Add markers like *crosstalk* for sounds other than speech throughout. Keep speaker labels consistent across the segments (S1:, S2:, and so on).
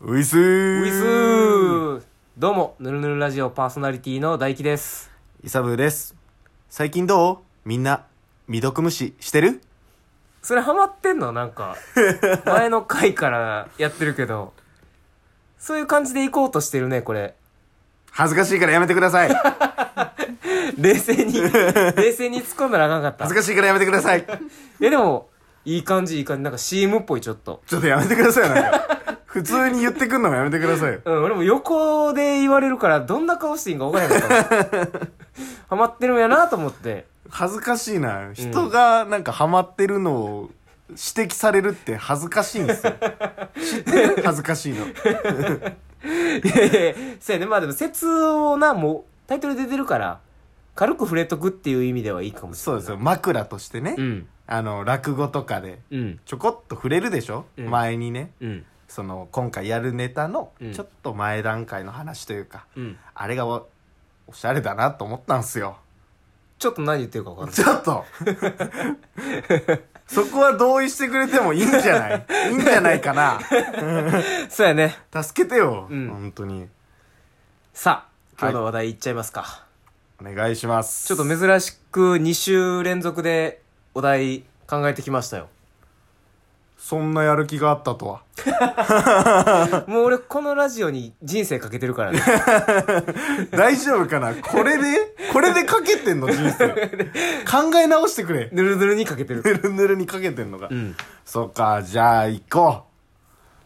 S1: ウィスー
S2: ウィスどうも、ぬるぬるラジオパーソナリティの大輝です。
S1: イサブーです。最近どうみんな、未読無視してる
S2: それハマってんのなんか、前の回からやってるけど、そういう感じで行こうとしてるね、これ。
S1: 恥ずかしいからやめてください
S2: 冷静に、冷静に突っ込んだらあかんかった。
S1: 恥ずか
S2: い
S1: しいからやめてくださ *laughs* い
S2: やでも、いい感じ、いい感じ。なんか CM っぽい、ちょっと。
S1: ちょっとやめてくださいよなんか。普通に言ってくんのもやめてくださいよ。
S2: うん、俺も横で言われるから、どんな顔していいんか分からへんかった。ハマってるんやなと思って。
S1: 恥ずかしいな。人がなんかハマってるのを指摘されるって恥ずかしいんですよ。知ってる恥ずかしいの。
S2: いやいやいやそうやね。まあでも、説をな、もう、タイトルで出てるから、軽く触れとくっていう意味ではいいかもしれ
S1: そう
S2: ない。
S1: ですよ。枕としてね。
S2: うん。
S1: あの、落語とかで。
S2: うん。
S1: ちょこっと触れるでしょ、
S2: うん
S1: 前にね。
S2: うん。
S1: その今回やるネタの
S2: うん
S1: ちょっと前段階の話というか、
S2: うん。
S1: あれがおおしゃれだなと思ったんすよ
S2: ちょっと何言ってるか分かんない。
S1: ちょっ
S2: *laughs*
S1: とそこは同意してくれてもいいんじゃないいいんじゃないかな
S2: そうやね。
S1: 助けてよ、
S2: うん
S1: 本当に
S2: さあ、今日の話題いっちゃいますか。
S1: お願いします
S2: ちょっと珍しく2週連続でお題考えてきましたよ。
S1: そんなやる気があったとは
S2: もう俺このラジオに人生かけてるからね。
S1: 大丈夫かなこれでこれでかけてんの人
S2: *laughs*
S1: 生考え直してくれ
S2: *laughs* ぬるぬるにかけてる。
S1: ぬるぬるにかけてんのか、
S2: うん。
S1: そっか、じゃあ行こう。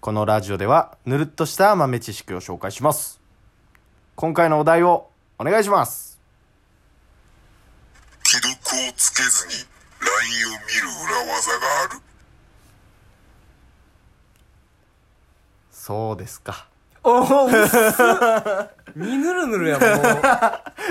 S1: このラジオでは、ぬるっとした豆知識を紹介します。今回のお題をお願いします。
S3: 既読をつけずに LINE を見る裏技がある
S1: そうですか。
S2: おお、うっす *laughs* にぬるぬるやん、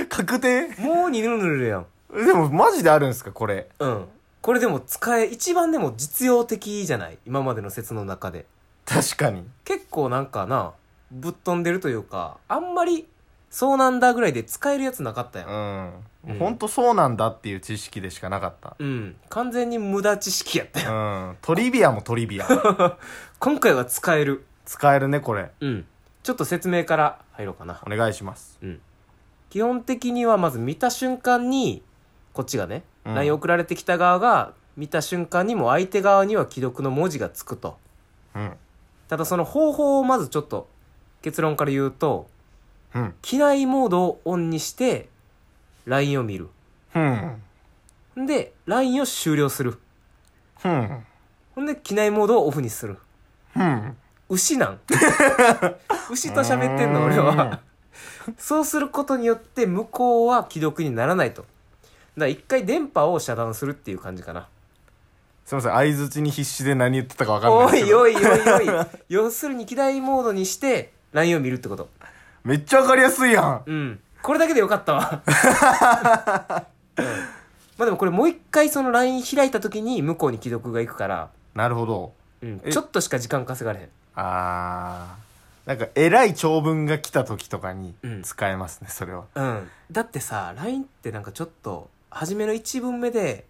S1: 確定
S2: もう。もうにぬるぬるやん。
S1: でも、マジであるんですか、これ。
S2: うん。これでも使え、一番でも実用的じゃない今までの説の中で。
S1: 確かに。
S2: 結構なんかな、ぶっ飛んでるというか、あんまり、そうなんだぐらいで使えるやつなかったや。
S1: うんん。
S2: うん
S1: ほんとそうなんだっていう知識でしかなかった。
S2: うん。完全に無駄知識やったよ。
S1: うん。トリビアもトリビア。
S2: 今回は使える。
S1: 使えるね、これ。
S2: うん。ちょっと説明から入ろうかな
S1: お。願いします。
S2: うん。基本的にはまず見た瞬間に、こっちがね、
S1: うん
S2: LINE 送られてきた側が、見た瞬間にも相手側には既読の文字がつくと。
S1: うん。
S2: ただその方法をまずちょっと結論から言うと、
S1: うん。
S2: 機内モードをオンにして、LINE を見る。
S1: うん。
S2: んで、LINE を終了する。
S1: うん。
S2: ほんで、機内モードをオフにする。
S1: うん。*laughs*
S2: 牛なん牛と喋ってんの俺はそうすることによって向こうは既読にならないとだから一回電波を遮断するっていう感じかな
S1: すいません、相づちに必死で何言ってたかわかんないで
S2: お
S1: すけ
S2: い
S1: ど。
S2: おいおいおい
S1: *laughs*
S2: 要するに機内モードにして LINE を見るってこと
S1: めっちゃわかりやすいやん。
S2: うんこれだけでよかっ
S1: *laughs*
S2: たわ、うんまあでもこれもう一回その LINE 開いた時に向こうに既読がいくから、
S1: なるほど。
S2: うん、
S1: え
S2: ちょっとしか時間稼がれへん
S1: あー。なんか、偉い長文が来た時とかに
S2: うん
S1: 使えますね、それは。
S2: うん、だってさ LINE ってなんかちょっと初めの1文目で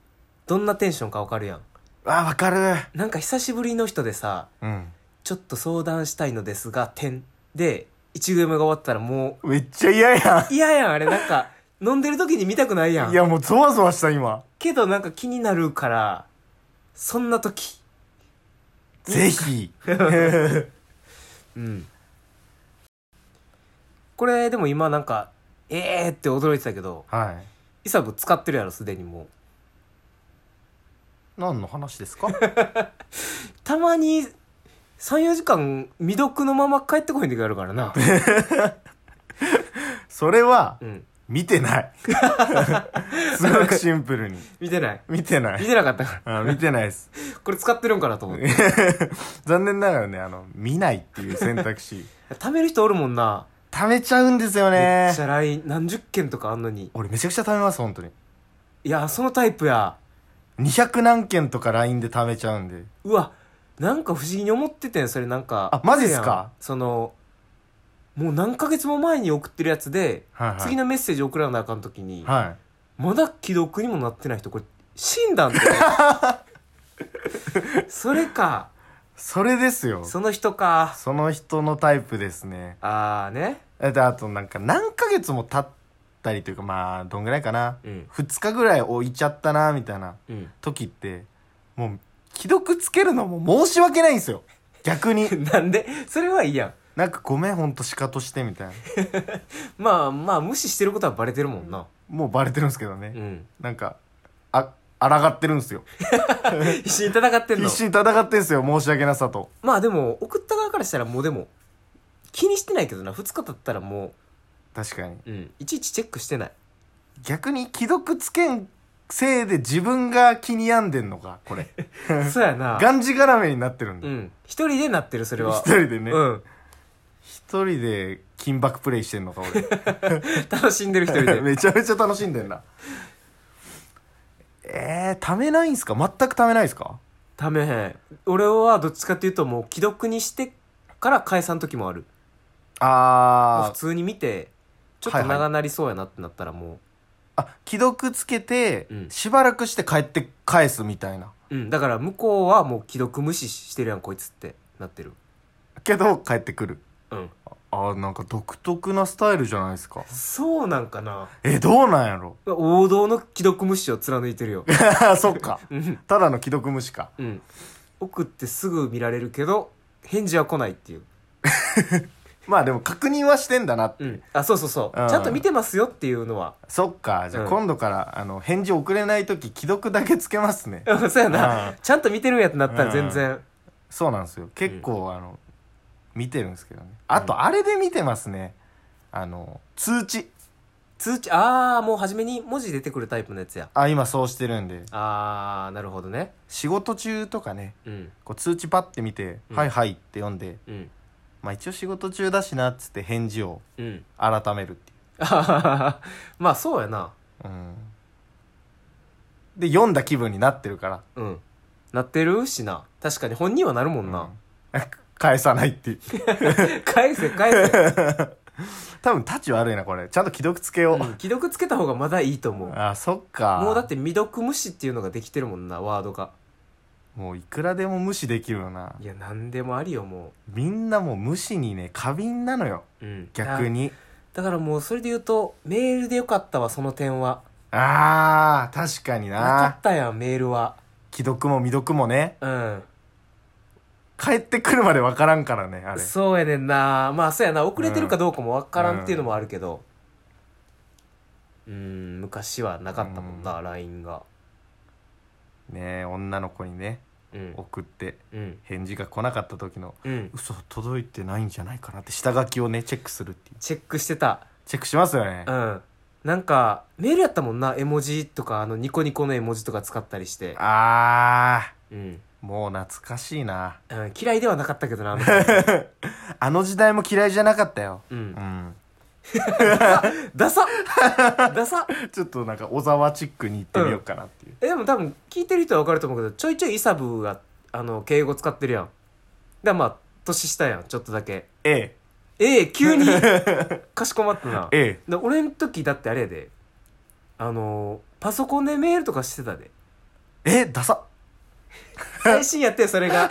S2: どんなテンションかわかるやん
S1: あー、わかる。
S2: なんか久しぶりの人でさ
S1: うん。
S2: 「ちょっと相談したいのですが」点で1行目が終わったらも
S1: めっちゃ嫌や
S2: う嫌やんあれなんか *laughs* 飲んでる時に見たくないや
S1: ん。
S2: ん
S1: いや、もうゾワゾワした、今。
S2: けどなんか気になるからそんな時
S1: ぜひ。
S2: うんこれでも今なんか「えー!」って驚いてたけど
S1: は
S2: イサブ使ってるやろすでにもう
S1: い。何の話ですか
S2: たまに34時間未読のまま帰ってこいん時あるからな
S1: *laughs* *laughs* それは
S2: う、ん
S1: 見てない。 *laughs* すごくシンプルに。
S2: 見てない
S1: 見てな
S2: 見
S1: い。
S2: てなかっ
S1: *laughs*
S2: たか
S1: あ見てないです。
S2: らこれ使ってるんかなと思って
S1: 残念ながらね、あの、見ないっていう選択 *laughs* 肢。
S2: 貯める人おるもんな、
S1: 貯めちゃうんですよ
S2: め
S1: ね
S2: っち。ゃ LINE 何十件とかあんのに
S1: 俺めちゃくちゃ貯めます、本当に。
S2: いやそのタイプや
S1: 200何件とか LINE で貯めちゃうんで。
S2: うわなんか不思議に思っててんそれなんか
S1: あマジっすか
S2: そのもう何ヶ月も前に送ってるやつで、
S1: はいはい
S2: 次のメッセージ送らなあかん時に、
S1: はい。
S2: まだ既読にも
S1: *laughs*
S2: なってない人これ死んだんだよそれか
S1: それですよ。
S2: その人か。
S1: その人のタイプですね。
S2: あーね。
S1: だってあとなんか何ヶ月も経ったりというかまあどんぐらいかな、
S2: うん
S1: 2日ぐらい置いちゃったなみたいな
S2: うん。
S1: 時ってもう既読つけるのも申し訳ないんですよ逆に
S2: *laughs* なんでそれはいいやん。
S1: なんかごめんほんとシカとしてみたいな
S2: まあまあ、無視してることはバレてるもんな。
S1: もうバレてるんですけどね、
S2: うん。
S1: なんかあ抗ってるんですよ
S2: 一緒に戦ってん
S1: 必
S2: の。
S1: 死に戦ってんすよ申し訳なさと
S2: まあでも、送った側からしたらもうでも、気にしてないけどな。2日経ったらも
S1: 確かに
S2: う、うん。いちいちチェックしてない。
S1: 逆に既読つけんせいで自分が気に病んでんのかこれ
S2: そうやな。
S1: がんじがらめになってるん
S2: う
S1: で、
S2: ん。一人でなってる、それは
S1: 一。人でね、
S2: うん。
S1: 一人で金箔プレイしてんのか
S2: 楽しんでる一人
S1: 俺 *laughs*
S2: で。
S1: めちゃめちゃ楽しんでんなえー、ためないんすか全くためないんすか
S2: ためへん。俺はどっちかっていうともう既読にしてから解散時もある。普
S1: あー
S2: 通に見て、ちょっと長なりそうやなってなったらも
S1: あ既読つけて、
S2: うん
S1: しばらくして帰って返すみたいな
S2: う、うん。だから向こうはもう既読無視してるやん、こいつってなってる。
S1: けど帰ってくる
S2: うん。
S1: あーなんか独特なスタイルじゃないですか
S2: そうなんかな。
S1: えどうなんやろ *laughs*
S2: 王道の既読無視を貫いてる *laughs* よ。
S1: そっか
S2: うん。
S1: ただの既読無視か
S2: うん。送ってすぐ見られるけど、返事は来ないっていう。
S1: まあでも確認はしてんだなって、
S2: うん。あ、そうそうそう。
S1: うん
S2: ちゃんと見てますよっていうのは。 *laughs*
S1: そっかじゃ
S2: う
S1: あ
S2: ん
S1: 今度から、あの返事遅れない時既読だけつけますね
S2: うんそうや
S1: う。
S2: なんちゃんと見てるんやってなったら全然。
S1: そうなんですよ結構、あの見てるんですけどねあとあれで見てますねあの通知
S2: 通知、あー、もう初めに文字出てくるタイプのやつや。
S1: あ今そうしてるんで
S2: あー、なるほどね。
S1: 仕事中とかね
S2: うん。
S1: こう通知パッて見て「
S2: うん
S1: はいはい」って読んで、
S2: うん。
S1: まあ一応仕事中だしなっつって返事を
S2: うん。 *laughs*
S1: 改めるってい
S2: あはははまあ、そうやな。
S1: ううんで読んだ気分になってるから、
S2: うん。なってるしな。確かに本人はなるもんな。
S1: *laughs* 返さないっていう
S2: 返せ、返せ。
S1: 多分タチ悪いなこれちゃんと既読つけ *laughs* よう、
S2: うん既読つけた方がまだいいと思う。
S1: あそっか
S2: もうだって未読無視っていうのができてるもんな、ワードが。
S1: もういくらでも無視できるよない
S2: や、なんでもありよ、も
S1: みんなもう無視にね過敏なのよ
S2: う。うん。
S1: 逆に
S2: だ。だからもう、それで言うと、メールでよかったわ、その点は。
S1: あー確かに
S2: なか
S1: な
S2: ったやん、メールは。
S1: 既読も未読もね
S2: うん。
S1: 帰ってくるまで分からんからねあれ
S2: そうやねんなまあそうやな遅れてるかどうかもわからんっていうのもあるけどうんん昔はなかったもんな LINE が
S1: ねえ女の子にね
S2: うん
S1: 送って
S2: うん
S1: 返事が来なかった時の
S2: うん
S1: 嘘届いてないんじゃないかなって下書きをねチェックするっていう
S2: チェックしてた
S1: チェックしますよね
S2: うんなんかメールやったもんな絵文字とかあのニコニコの絵文字とか使ったりして
S1: あ
S2: うん、
S1: ーもう懐かしいな
S2: うん、嫌いではなかったけどなあの
S1: *laughs*
S2: 子
S1: あの時代も嫌いじゃなかったよ
S2: う
S1: うんん
S2: ダサダサ
S1: ちょっとなんか小沢チックに行ってみようかなっていう、
S2: えでも多分聞いてる人はわかると思うけどちょいちょいイサブがあの敬語使ってるやんだからまあ年下やんちょっとだけ
S1: え
S2: ええ、
S1: *laughs*
S2: 急に、かしこまったな。
S1: ええ
S2: で俺の時だってあれやで、あのーパソコンでメールとかしてたで。
S1: ええダサ
S2: 最新やってん、そ
S1: *laughs*
S2: れが。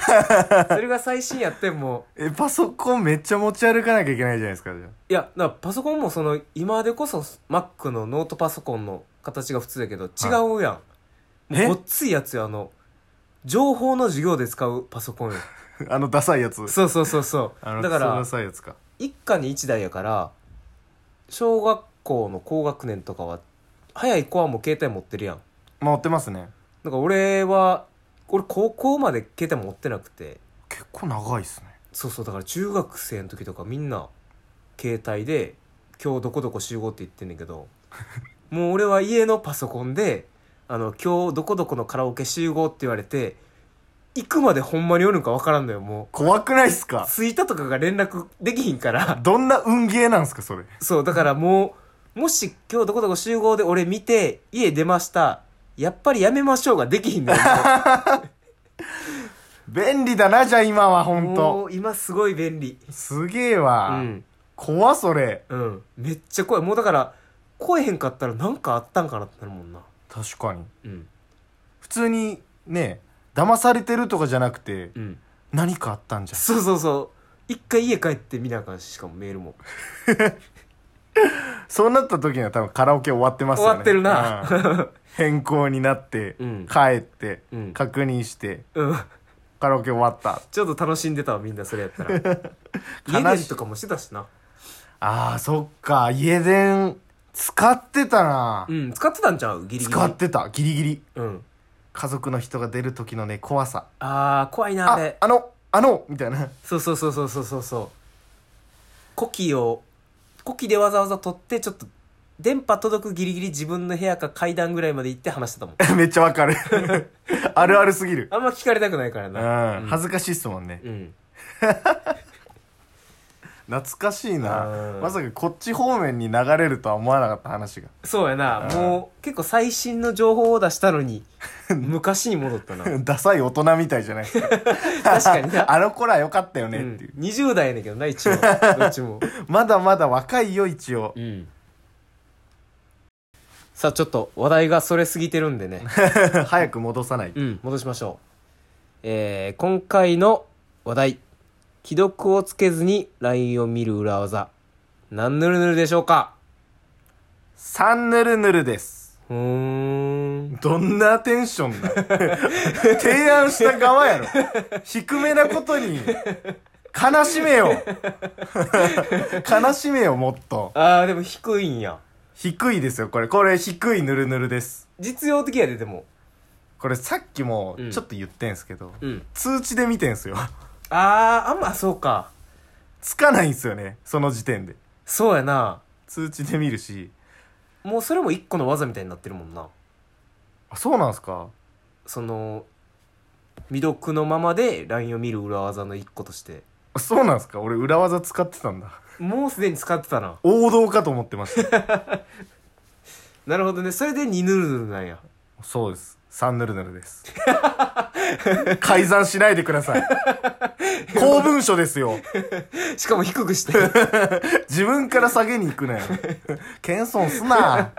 S2: それが最新やってん、も
S1: えパソコンめっちゃ持ち歩かなきゃいけないじゃないですかじゃあ
S2: う。いや、なパソコンもその、今でこそ Mac のノートパソコンの形が普通やけど、違うやん。
S1: え
S2: もうごっついやつよ、あの、情報の授業で使うパ
S1: *laughs*
S2: ソコンよ。
S1: あのダサいやつ。
S2: そうそうそうそ
S1: あの
S2: う。だか
S1: クソ
S2: ら
S1: ダ、サいやつか。
S2: 一家に一台やから、小学校の高学年とかは、早い子はもう携帯持ってるやん。
S1: 持ってますね。
S2: なんか俺は、俺高校まで携帯持ってなくて、
S1: 結構長いっすね。
S2: そうそう、だから中学生の時とかみんな、携帯で、今日どこどこ集合って言ってんねんけど、 *laughs* もう俺は家のパソコンで、あの、今日どこどこのカラオケ集合って言われて、行くまでほんまにおるんかわからんのよ、も
S1: 怖くないっす
S2: う。
S1: か
S2: 着いたとかが連絡できひん
S1: *laughs*
S2: から。
S1: どんな運ゲーなんすか、それ。
S2: そう、だからもう、もし今日どこどこ集合で俺見て、家出ました。やっぱりやめましょうができひんのよ。
S1: 便利だな、じゃあ今は、ほん
S2: も
S1: と。
S2: う今すごい便利。
S1: すげえ
S2: う
S1: わ。
S2: ん。
S1: 怖それ。
S2: うん。めっちゃ怖い。もうだから、来えへんかったらなんかあったんかなってなるもんな。
S1: 確かに。
S2: うん。
S1: 普通に、ね、騙されてるとかじゃなくて、
S2: うん。
S1: 何かあったんじゃ
S2: そうそうそう一回家帰って見なあかんししかもメールも
S1: そうなった時には多分カラオケ終わってますよね
S2: 終わってるな *laughs*
S1: うん変更になって、
S2: うん
S1: 帰って、
S2: うん
S1: 確認して
S2: うん
S1: カラオケ終わった
S2: ちょっと楽しんでたわみんなそれや *laughs* ったら
S1: しい
S2: 家電とかもしてたしな
S1: あーそっか家電使ってたな、
S2: うん使ってたんちゃうギリギリ
S1: 使ってたギリギリ
S2: うん
S1: 家族の人が出る時のね怖さ
S2: あー怖いなあ
S1: あ
S2: れ
S1: あのあのみたいな *laughs*
S2: そうそうそうそうそうそうそうコキをコキでわざわざ取ってちょっと電波届くギリギリ自分の部屋か階段ぐらいまで行って話して *laughs* たもん
S1: めっちゃわかるあるあるすぎる、
S2: あんま聞かれたくないから
S1: う、
S2: なん
S1: 恥ずかしいっすもんね
S2: うん
S1: 懐かしいな
S2: うん
S1: まさかこっち方面に流れるとは思わなかった話が
S2: そうや
S1: う
S2: な
S1: ん
S2: もう結構最新の情報を出したの *laughs* に昔に戻ったな
S1: ダサい大人みたいじゃないですか
S2: 確かにな
S1: あの頃は良かったよ
S2: う
S1: ね
S2: ん
S1: っていう、
S2: 20代やねんけどな *laughs* 一応どっちも
S1: まだまだ若いよ一応
S2: うんさあちょっと話題がそれすぎてるんでね
S1: *laughs* 早く戻さない、
S2: *laughs* うん戻しましょうえー、今回の話題既読をつけずに LINE を見る裏技何ぬるぬるでしょうか
S1: 3ぬるぬるです
S2: うーん
S1: どんなテンションだ *laughs* 提案した側やろ低めなことに悲しめよ *laughs* 悲しめよもっと
S2: あーでも低いんや
S1: 低いですよこれこれ低いぬるぬるです
S2: 実用的やででも
S1: これさっきも
S2: うん
S1: ちょっと言ってんすけど、
S2: うん
S1: 通知で見てんすよ
S2: あーあんまそうか
S1: つかないんすよねその時点で
S2: そうやな
S1: 通知で見るし
S2: もうそれも一個の技みたいになってるもんな
S1: あそうなんすか
S2: その未読のままで LINE を見る裏技の一個として
S1: あそうなんすか俺裏技使ってたんだ
S2: もうすでに使ってたな
S1: 王道かと思ってました
S2: なるほどねそれでにぬるぬるなんや
S1: そうです3ぬるぬるです改ざんしないでください公文書ですよ
S2: しかも低くして *laughs*
S1: 自分から下げに行くなよ謙遜すな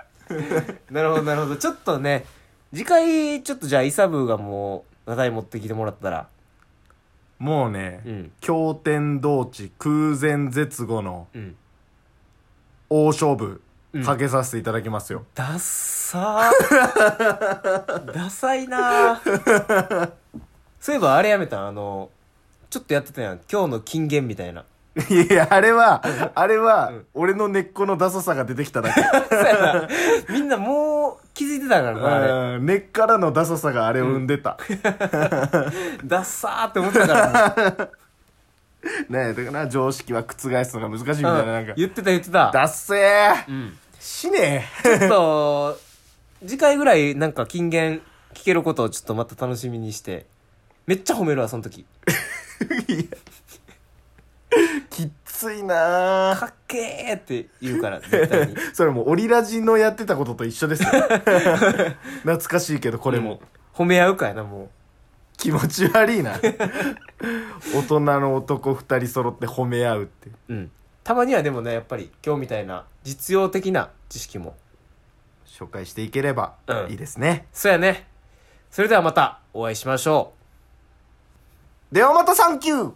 S2: なるほどなるほどちょっとね次回ちょっとじゃあイサブーがもう話題持ってきてもらったら
S1: もうね、
S2: うん
S1: 驚天動地空前絶後の
S2: うん
S1: 大勝負
S2: うん
S1: かけさせていただきますよ、
S2: ダッサー *laughs* ダサいなーそういえばあれやめたんあのちょっとやってたやん今日の金言みたいな
S1: いやあれはあれは、
S2: ん
S1: 俺の根っこのダサさが出てきただけ
S2: そうやなみんなもう気づいてたからなあれ
S1: うん根っからのダサさがあれを生んでた、
S2: ダッサーって思ってたから、ね
S1: ねえだから常識は覆すのが難しいみたいななんか
S2: 言ってた言ってた。
S1: ダッセー
S2: うん。
S1: しね
S2: ちょっと、次回ぐらいなんか金言聞けることをちょっとまた楽しみにして。めっちゃ褒めるわ、その時。
S1: えいやきっついなあ
S2: かっけーって言
S1: *laughs*
S2: うから、絶対に。
S1: それもうオリラジのやってたことと一緒
S2: *laughs*
S1: ですよ懐かしいけどこれも、
S2: うん。褒め合うかやな、も
S1: 気持ち悪いな大人の男2人揃って褒め合うって
S2: う。うん。たまにはでもね、やっぱり今日みたいな実用的な知識も。
S1: 紹介していければ
S2: うん
S1: いいですね、
S2: そうやね。それではまたお会いしましょう。
S1: ではまたサンキュー